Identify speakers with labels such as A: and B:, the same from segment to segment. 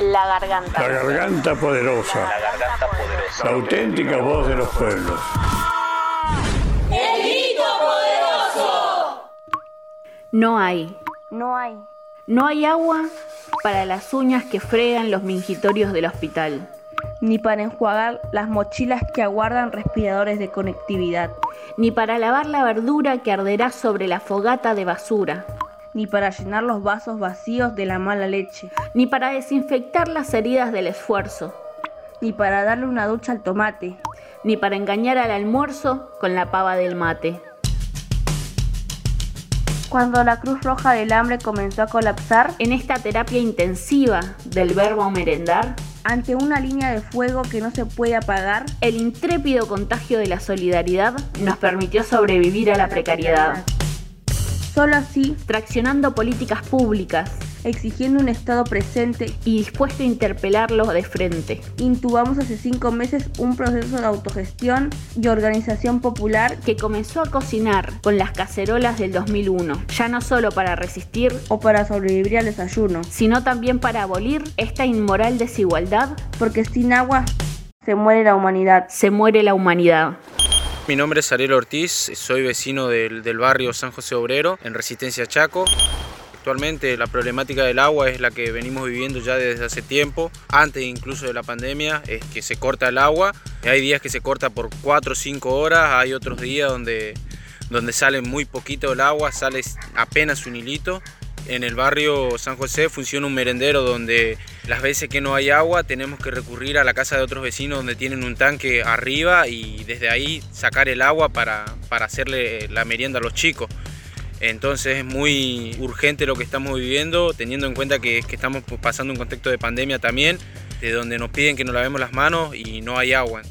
A: La garganta.
B: la garganta poderosa,
C: La garganta poderosa.
B: la auténtica voz de los pueblos.
D: No hay.
A: No hay.
D: No hay agua para las uñas que fregan los mingitorios del hospital.
E: ni para enjuagar las mochilas que aguardan respiradores de conectividad,
D: Ni para lavar la verdura que arderá sobre la fogata de basura.
E: ni para llenar los vasos vacíos de la mala leche,
D: Ni para desinfectar las heridas del esfuerzo.
E: ni para darle una ducha al tomate,
D: Ni para engañar al almuerzo con la pava del mate.
E: Cuando la Cruz Roja del Hambre comenzó a colapsar,
D: En esta terapia intensiva del verbo merendar,
E: ante una línea de fuego que no se puede apagar,
D: el intrépido contagio de la solidaridad nos permitió sobrevivir a la precariedad,
E: solo así,
D: traccionando políticas públicas
E: exigiendo un Estado presente,
D: y dispuesto a interpelarlo de frente.
E: intubamos hace cinco meses un proceso de autogestión y organización popular
D: que comenzó a cocinar con las cacerolas del 2001, ya no solo para resistir,
E: o para sobrevivir al desayuno,
D: sino también para abolir esta inmoral desigualdad,
E: porque sin agua se muere la humanidad.
D: se muere la humanidad.
F: Mi nombre es Ariel Ortiz, soy vecino del, del barrio San José Obrero, en Resistencia Chaco. Actualmente la problemática del agua es la que venimos viviendo ya desde hace tiempo, antes incluso de la pandemia, es que se corta el agua. Hay días que se corta por 4 o 5 horas, hay otros días donde, donde sale muy poquito el agua, sale apenas un hilito. En el barrio San José funciona un merendero donde las veces que no hay agua tenemos que recurrir a la casa de otros vecinos donde tienen un tanque arriba y desde ahí sacar el agua para, para hacerle la merienda a los chicos. Entonces es muy urgente lo que estamos viviendo, teniendo en cuenta que, que estamos pues, pasando un contexto de pandemia también, de donde nos piden que nos lavemos las manos y no hay agua.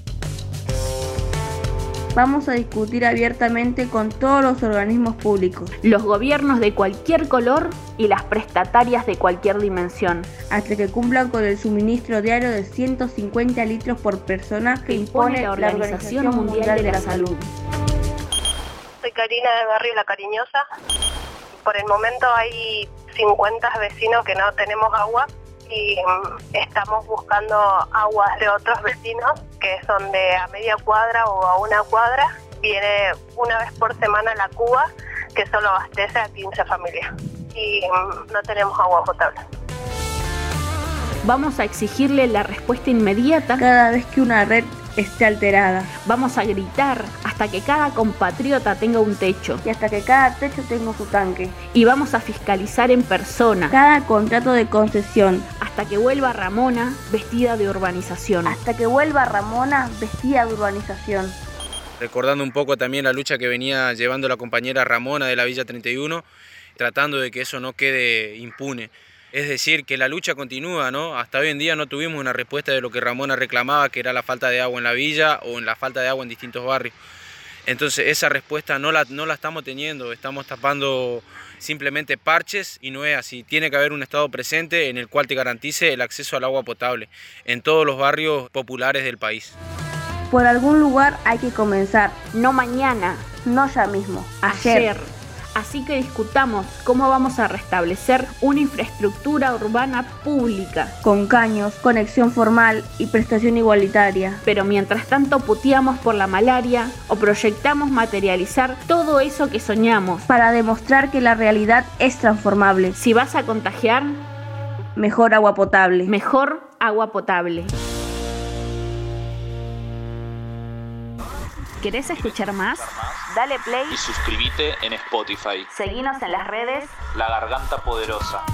E: Vamos a discutir abiertamente con todos los organismos públicos,
D: Los gobiernos de cualquier color y las prestatarias de cualquier dimensión,
E: hasta que cumplan con el suministro diario de 150 litros por persona
D: que impone la Organización Mundial de la Salud.
G: Soy Karina del barrio La Cariñosa. Por el momento hay 50 vecinos que no tenemos agua y mm, estamos buscando aguas de otros vecinos que son de a media cuadra o a una cuadra. Viene una vez por semana la Cuba que solo abastece a 15 familias y mm, no tenemos agua potable.
D: Vamos a exigirle la respuesta inmediata,
E: Cada vez que una red esté alterada
D: vamos a gritar hasta que cada compatriota tenga un techo
E: y hasta que cada techo tenga su tanque,
D: y vamos a fiscalizar en persona
E: cada contrato de concesión,
D: hasta que vuelva Ramona vestida de urbanización.
E: hasta que vuelva Ramona vestida de urbanización.
F: recordando un poco también la lucha que venía llevando la compañera Ramona de la Villa 31, tratando de que eso no quede impune. Es decir, que la lucha continúa, ¿no? Hasta hoy en día no tuvimos una respuesta de lo que Ramona reclamaba, que era la falta de agua en la villa o en la falta de agua en distintos barrios. Entonces esa respuesta no la, no la estamos teniendo, estamos tapando simplemente parches y no es así. Tiene que haber un Estado presente en el cual te garantice el acceso al agua potable en todos los barrios populares del país.
E: Por algún lugar hay que comenzar,
D: No mañana,
E: no ya mismo,
D: ayer.
E: ayer.
D: Así que discutamos cómo vamos a restablecer una infraestructura urbana pública.
E: con caños, conexión formal y prestación igualitaria.
D: Pero mientras tanto puteamos por la malaria o proyectamos materializar todo eso que soñamos.
E: para demostrar que la realidad es transformable.
D: Si vas a contagiar,
E: Mejor agua potable.
D: mejor agua potable. ¿Querés escuchar más?
A: Dale play.
C: Y suscríbete en Spotify.
A: Seguinos en las redes
C: La garganta poderosa.